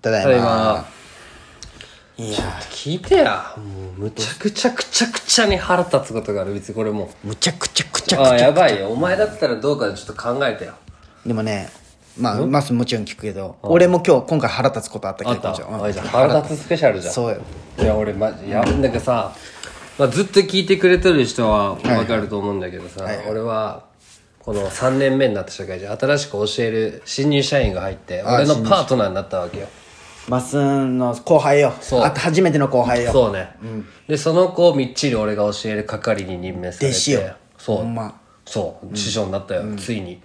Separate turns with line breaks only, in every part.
ただい
ただいま
ま。いやー
聞いてやもうむちゃくちゃくちゃくちゃに腹立つことがある別にこれも
むちゃくちゃくちゃ
う
くちゃ
ああやばいよお前だったらどうかちょっと考えてよ
でもねまあまあもちろん聞くけど俺も今日今回腹立つことあった
あ
け
った
ど
あじゃあ腹立つスペシャルじゃん
そうよ
いや俺マジいやなんかさ、まあ、ずっと聞いてくれてる人は分かると思うんだけどさ、俺はこの3年目になった社会人新しく教える新入社員が入って俺のパートナーになったわけよ
マスンの後輩よ
そう
あと初めての後輩よ
そうね、でその子をみっちり俺が教える係に任命されて
弟子よ
そう
ほんま
そう師匠になったよ、ついに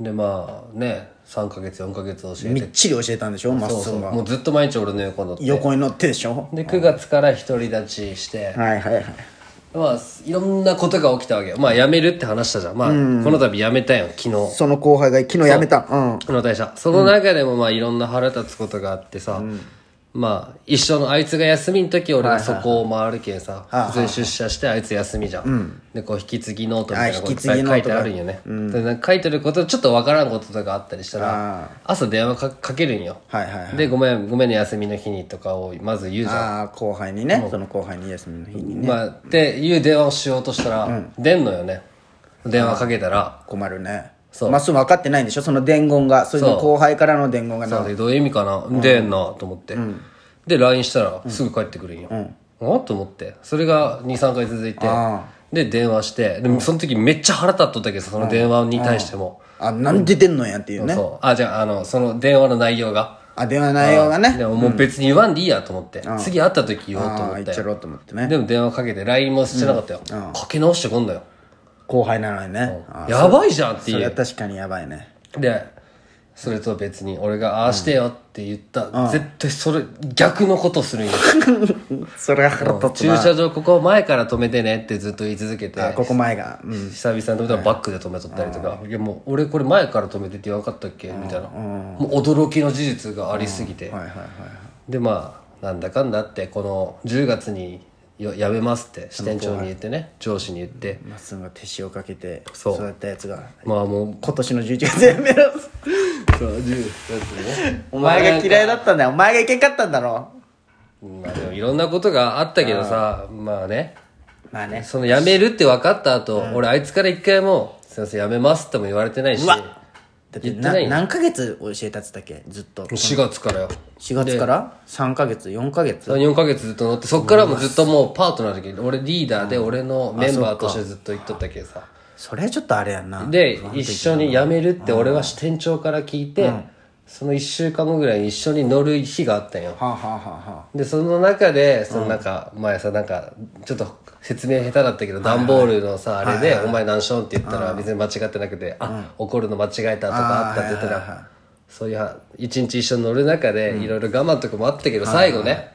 でまあね3ヶ月4ヶ月教え
み
て
っちり教えたんでしょマ
そう
ス
そ
ン
う
が
もうずっと毎日俺の横乗って
横に乗ってでしょ
で9月から独り立ちして、
はいはいはい
まあいろんなことが起きたわけよまあ辞めるって話したじゃんまあ、この度辞めたよ昨日
その後輩が昨日辞めたうん
この会社その中でもまあいろんな腹立つことがあってさ、まあ一緒のあいつが休みの時俺がそこを回るけんさ、普通に出社してあいつ休みじゃん、でこう引き継ぎノートみたいなこといっぱい書いてあるんよね、でなんか書いてることちょっとわからんこととかあったりしたら朝電話かかけるんよ、
はいはいはい
でごめんごめんね休みの日にとかをまず言うじゃん
ああ後輩にねその後輩に休みの日にね
まあ、っていう電話をしようとしたら、出んのよね電話かけたら、
困るね
そう
マスン分かってないんでしょその伝言がそれの後輩からの伝言が
さ
な
あどういう意味かな、出んなと思って、で LINE したらすぐ帰ってくるんよ、あと思ってそれが23回続いて
あ
で電話してでもその時めっちゃ腹立っとったけどその電話に対しても、
あなんで出んのやっていうね
そうあじゃああのその電話の内容が
あ電話内容がね
でももう別に言わんでいいやと思って、次会った時言おうと
あ
思
あ
っ
行
て
っちゃろうと思ってね
でも電話かけて LINE もしてなかったよ、かけ直してこんだよ
後輩なのにねあ
やばいじゃんっ
そ
ていう
れは確かにやばいね
でそれと別に俺が「ああしてよ」って言った、絶対それ逆のことするんよ
それが腹立つ
駐
な
車場ここ前から止めてねってずっと言い続けて
あここ前がうん
久々に止めたらバックで止めとったりとか「いやもう俺これ前から止めてって分かったっけ?」みたいなもう驚きの事実がありすぎて
はいはいはい
でまあなんだかんだってこの10月によ辞めますって支店長に言ってね上司に言って
まっすぐが手塩をかけて
そう
育ったやつが
まあもう
今年の11月やめろ
そう10月ね
お前が嫌いだったんだよお前がいけんかったんだろ
まあでもいろんなことがあったけどさまあね
まあね
その辞めるって分かった後、俺あいつから一回も「すいません辞めます」とも言われてないし
だって
言ってない
な何ヶ月教えたっつったっけずっと
4月からよ
4月から3ヶ月4ヶ月
34ヶ月ずっと乗ってそっからもずっともうパートナーだけど俺リーダーで俺のメンバーとしてずっと言っとったけどさ
それちょっとあれやんな
で一緒に辞めるって俺は支店長から聞いて、その1週間後ぐらいに一緒に乗る日があったんよ
はあはあはあは
でその中でそのなんか前さなんかちょっと説明下手だったけど段ボールのさあれで「お前何しょん?」って言ったら別に間違ってなくて「あ怒るの間違えた」とかあったって言ったらそういう一日一緒に乗る中でいろいろ我慢とかもあったけど最後ね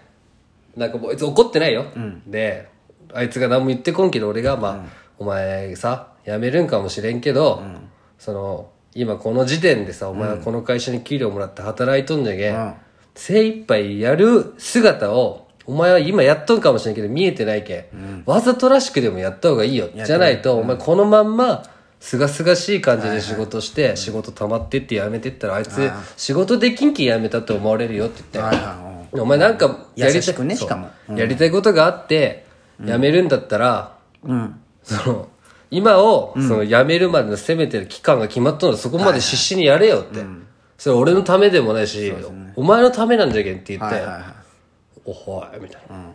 なんかもうあいつ怒ってないよであいつが何も言ってこんけど俺が「まあお前さ辞めるんかもしれんけどその今この時点でさお前はこの会社に給料もらって働いとんじゃけん」精一杯やる姿を、お前は今やっとんかもしれんけど見えてないけん。わざとらしくでもやった方がいいよ。じゃないと、お前このまんま、すがすがしい感じで仕事して、仕事溜まってってやめてったら、あいつ、仕事できんきやめたって思われるよって言っ
あはいはいうん
て。お前なんか、やり
優
た
し
い、
くね
そ
し
う
かも
やりたいことがあって、やめるんだったら、その、今を、その、辞めるまでの攻めてる期間が決まったので、そこまで必死にやれよって。それ俺のためでもないし、お前のためなんじゃけんって言って、おほい、みたいな。もう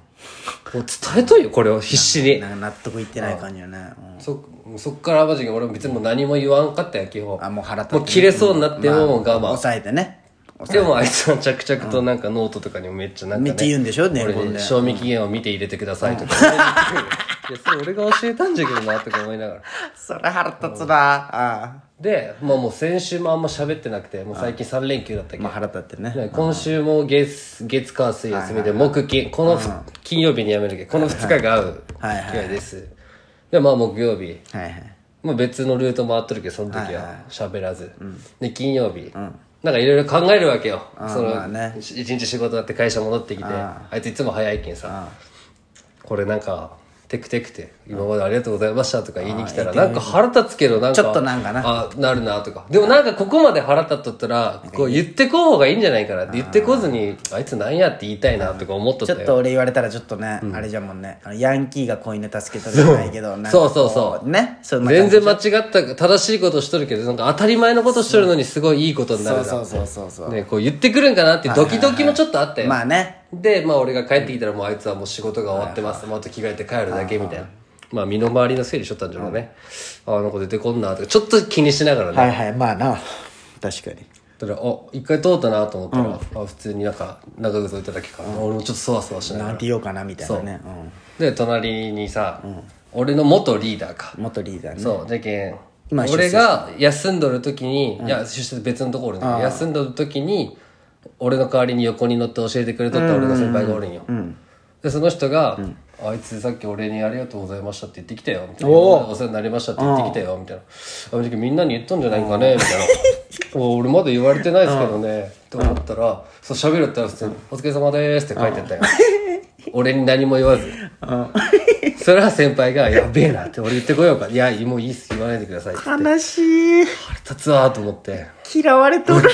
伝えとんよ、これを必死に。
なんか納得いってない感じよねうん
そ、そっからマジで俺も別にもう何も言わんかったよ、基本。
あもう腹立って
もう切れそうになっても、もう我慢。
抑えてね
でもあいつは着々となんかノートとかにもめっちゃなんか、
め
ね、
っちゃ言うんでしょ年
俺
俸
に
で
賞味期限を見て入れてくだ さいとか俺に言うよいやそれ俺が教えたんじゃけどなとか思いながら
それ腹立つなああ
で、まあ、もう先週もあんま喋ってなくてもう最近3連休だったけど
まあ腹立ってね
ね今週も月月火水休みで木金このふ金曜日にやめるけどこの2日が合う機
はいはい
会ですでまあ木曜日
はいはい
まあ、別のルート回っとるけどその時は喋らず、で金曜日、なんかいろいろ考えるわけよその、
まあね
し一日仕事だって会社戻ってきてあいついつも早いけんさこれなんかテクテクって、今までありがとうございましたとか言いに来たら、なんか腹立つけど、なんか。
ちょっとなんかな
あ、なるなとか。でもなんかここまで腹立っとったら、こう言ってこう方がいいんじゃないかなって言ってこずに、あいつなんやって言いたいなとか思っ
ち
とった
ょっ
よ。
と俺言われたらちょっとね、あれじゃもんねあのヤンキーが子犬助けとるじゃないけどなんかこ
そうそうそう
ねそんな
全
感じ
然間違った、正しいことしとるけど、なんか当たり前のことしとるのにすごいいいことになるな。
そうそうそうそう、
ね、こう言ってくるんかなってドキドキもちょっとあったよ。
まあね
で、まあ俺が帰ってきたらもうあいつはもう仕事が終わってます。もうあと着替えて帰るだけみたいな。まあ身の回りの整理しとったんじゃろうね。ああの子出てこんなとか、ちょっと気にしながらね。
はいはいまあな確かに
だから、あ、一回通ったなと思ったら、あ普通になんか長靴置いただけか。俺もちょっとそわそわしなが
な
ら。
んて言おうかなみたいなねう、
で、隣にさ、俺の元リーダーか。
ん、元リーダーね
そう、じゃけん。
今出世
俺が休んどる時に、いや、出世別のとこおるんだけど休んどる時に、俺の代わりに横に乗って教えてくれとった俺の先輩がおるんよ。で、その人が、あいつさっき俺にありがとうございましたって言ってきたよ、みたいな。お世話になりましたって言ってきたよ、みたいな。あ、じゃけんみんなに言っとんじゃないかね、みたいな。お俺まだ言われてないですけどね、って思ったら、そう喋るったら普通に、お疲れ様ですって書いてあったよ。俺に何も言わず。それは先輩が、やべえなって、俺言ってこようか。いや、もういいっす、言わないでくださいって。腹
悲しい
立つわーと思って。
嫌われ とる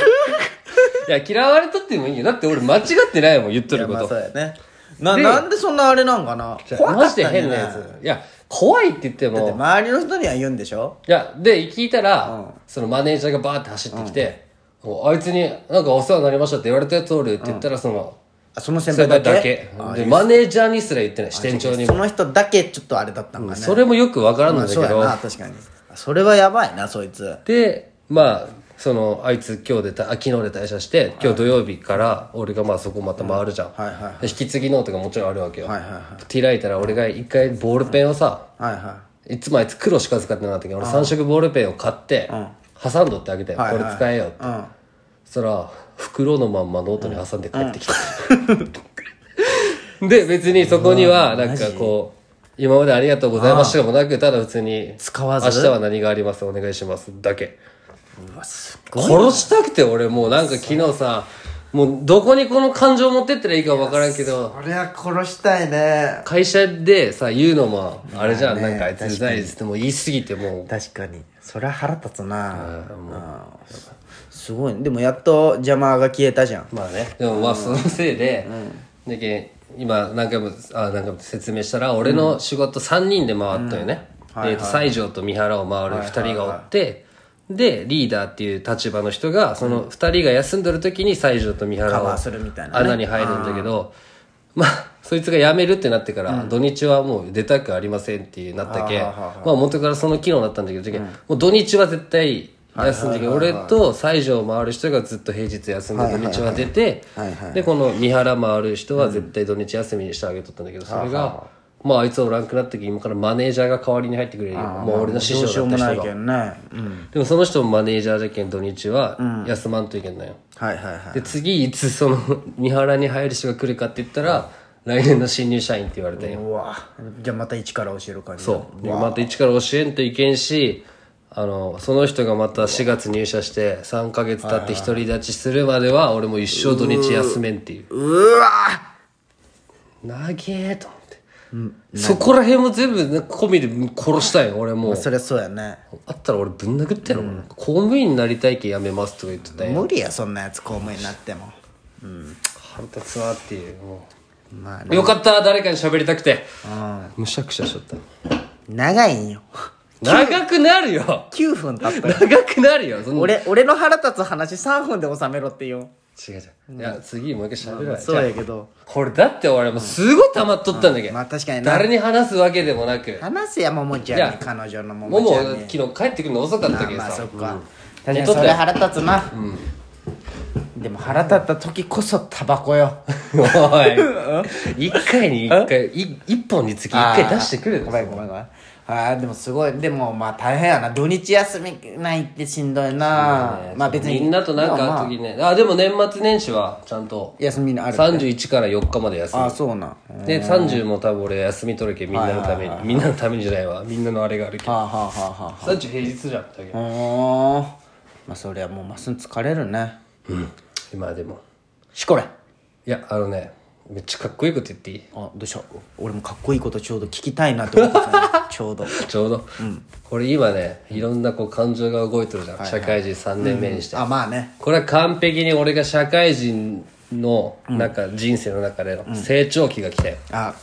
いや、嫌われたってもいいよ。だって俺間違ってないもん、言っとるこ
まあ
と
そう。やねななんでそんなあれなんかな
じゃあ
怖か
マ
っ
ジで
たんや
変な
ね
やつ。いや、怖いって言っても、
周りの人には言うんでしょ
いや、で、聞いたら、そのマネージャーがバーって走ってきて、おあいつになんかお世話になりましたって言われたやつおるって言ったら、その、
あその先
先
輩
輩
だ
だ
け
け。で、マネージャーにすら言ってない、支店長に
そ
も。
の人だけちょっとあれだったんかね
それもよくわからんのだけ
そうや
ど、
な確かにそれはやばいなそいつ
でまあそのあいつ今日でたあ昨日で退社して今日土曜日から俺がまあそこまた回るじゃん、
はいはいは
で引き継ぎノートがもちろんあるわけよ、
はいはいは
手開いたら俺が一回ボールペンをさ、
はいはい
つもあいつ黒しか使ってなかったけど俺3色ボールペンを買って挟んどってあげて、よ
はいはい
これ使えよって、
いうん
そしたら袋のまんまノートに挟んで帰ってきた、で別にそこにはなんかこう今までありがとうございましたもなくただ普通に
使わず
明日は何がありますお願いしますだけ
うわすごい
殺したくて俺もうなんか昨日さもうどこにこの感情を持ってったらいいか分からんけど
これは殺したいね
会社でさ言うのもあれじゃん、なんかあいつうざいっつっても言い過ぎてもう
確かにそりゃ腹立つなうんすごいねでもやっと邪魔が消えたじゃん
まあねでもまあそのせいで、だけ今何回もあ何回も説明したら俺の仕事3人で回ったよね、えーと西条と三原を回る2人がおって、でリーダーっていう立場の人がその2人が休んどる時に西条と三
カ
原を
バーするみたいなね
穴に入るんだけど、まあそいつが辞めるってなってから、土日はもう出たくありませんってなったけ
あーはーは
まあ元からその機能だったんだけど、じゃけんもう土日は絶対休んでけど、俺と西条を回る人がずっと平日休んで土日は出て
はいは、
でこの三原回る人は絶対土日休みにしてあげとったんだけど、それがまああいつおらんくなった時今からマネージャーが代わりに入ってくれるよもう俺の師
どうしよ
匠
う
だ
もな
った
い
人が
けんねうん
でもその人もマネージャーじゃけん土日は休まんといけんのよ、
はいはいはい
で次いつその三原に入る人が来るかって言ったら、来年の新入社員って言われたよ、
うわじゃあまた一から教える感じう
そうでまた一から教えんといけんしあのその人がまた4月入社して3ヶ月経って独り立ちするまでは俺も一生土日休めんっていう
うわ
長えと思って、そこら辺も全部ね込みで殺したいよ俺もう
そりゃそうやね
あったら俺ぶん殴ってやろうかな、公務員になりたいけんやめますとか言ってたよ
無理やそんなやつ公務員になってもうん
腹立つわっていうも
まあ
うよかった誰かに喋りたくてむしゃくしゃしちゃった
長いんよ
長くなるよ
9分経ったよ
長くなるよそんな
俺俺の腹立つ話3分で収めろって言う
違う違ういや次もう一回喋ろうよ
そうやけど
これだって俺もうすごい溜まっとったんだけど、
まあ確かにな
誰に話すわけでもなく
話せやももち
い
ゃんに
や
彼女のも
も
も
も
ちゃんに
昨日帰ってくるの遅かった
あ
けど
まあ
さ
そっか確か
寝
に
とっ
そ
たよ
れ腹立つなでも腹立った時こそタバコよ
おい一回に一回い一本につき 一回出してくる
ごめんごめんごめんあーでもすごいでもまあ大変やな土日休みないってしんどいな、まあ別に
みんなとなんかあ
まあ
る
ま
時ね、あでも年末年始はちゃんと
あ休みのある
31から4日まで休
あ
み
あそうなんうん
で30も多分俺休み取るけんみんなのためにみんなのためにじゃないわみんなのあれがあるけん
はあはあはあはあ
30平日じゃんだけど
おーまあそりゃもうますん疲れるね
今でも
しこれ
いやあのねめっちゃかっこいいこと言っていい
あどうした俺もかっこいいことちょうど聞きたいなと思って たちょうど
ちょうど、これ今ねいろんなこう感情が動いてるじゃん、社会人3年目にして、
あまあね
これは完璧に俺が社会人の中、人生の中での成長期が来たよ、
あ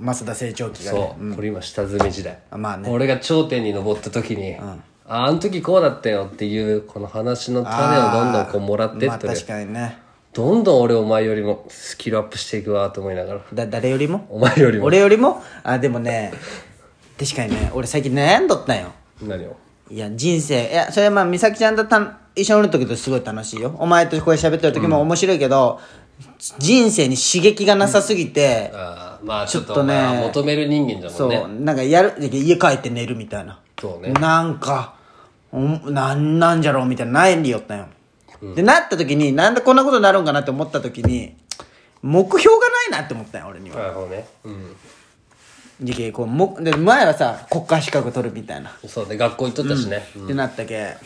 増田成長期がね
そう、これ今下積み時代
あまあね
俺が頂点に登った時に、ああの時こうだったよっていうこの話の種をどんどんこうもらって
ま
っ
あ
てる、
確かにね
どんどん俺お前よりもスキルアップしていくわと思いながら
だ誰よりも
お前よりも
俺よりもあでもね確かにね俺最近悩んどったんよ
何を
いや人生いやそれはまあ美咲ちゃんとたん一緒におる時とすごい楽しいよお前とこれ喋ってる時も面白いけど、人生に刺激がなさすぎて、
ああまあちょっ
ちょ
と
っとね
まあ求める人間じゃ
そ
も
うん
ね
なんかやる家帰って寝るみたいな
そうね
なんかおなんなんじゃろうみたいな悩んでよったんよ、でなった時になんでこんなことになるんかなって思った時に目標がないなって思ったんよ俺には
なるほどねうん
じけこうもで前はさ国家資格取るみたいな
そうね学校行っとったしね、
ってなったけ、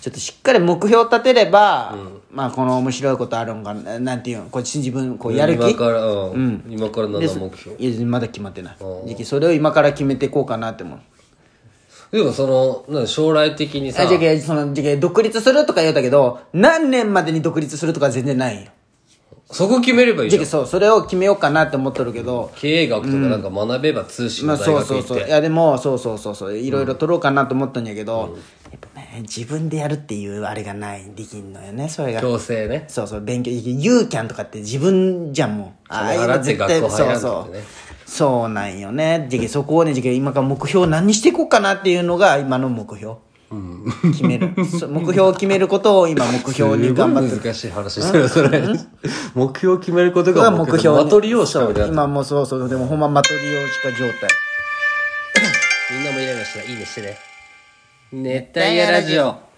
ちょっとしっかり目標立てれば、まあこの面白いことあるんかななんていうんこう自分こうやる気
今から、うん今から7目標
いやまだ決まってないじきそれを今から決めていこうかなって思う
でもそのなん将来的にさ
あじゃけそのじゃけ独立するとか言うたけど何年までに独立するとか全然ないんよ
そこ決めればいい
じゃ
じゃん
けそうそれを決めようかなって思っとるけど、
経営学とかなんか学べば通信
ま
の
あ
大
そう
学
そ
行
う
って、
そういやでもそうそうそうそういろいろ取ろうかなと思ったんやけど、やっぱね自分でやるっていうあれがないできんのよねそれが
強制ね
そうそう勉強ユーキャンとかって自分じゃんもう
金払って学校入らんってね
そうそうそうなんよねじゃけそこをねじゃけ今から目標を何にしていこうかなっていうのが今の目標、決めるそう目標を決めることを今目標に頑張って
すごい難しい話してる それ目標を決めることが目標
に
マトリオーシャみたいな
今もうそうそうでもほんまマトリオーシカ状態
みんなもイライラしたらいいねしてね熱帯夜ラジオ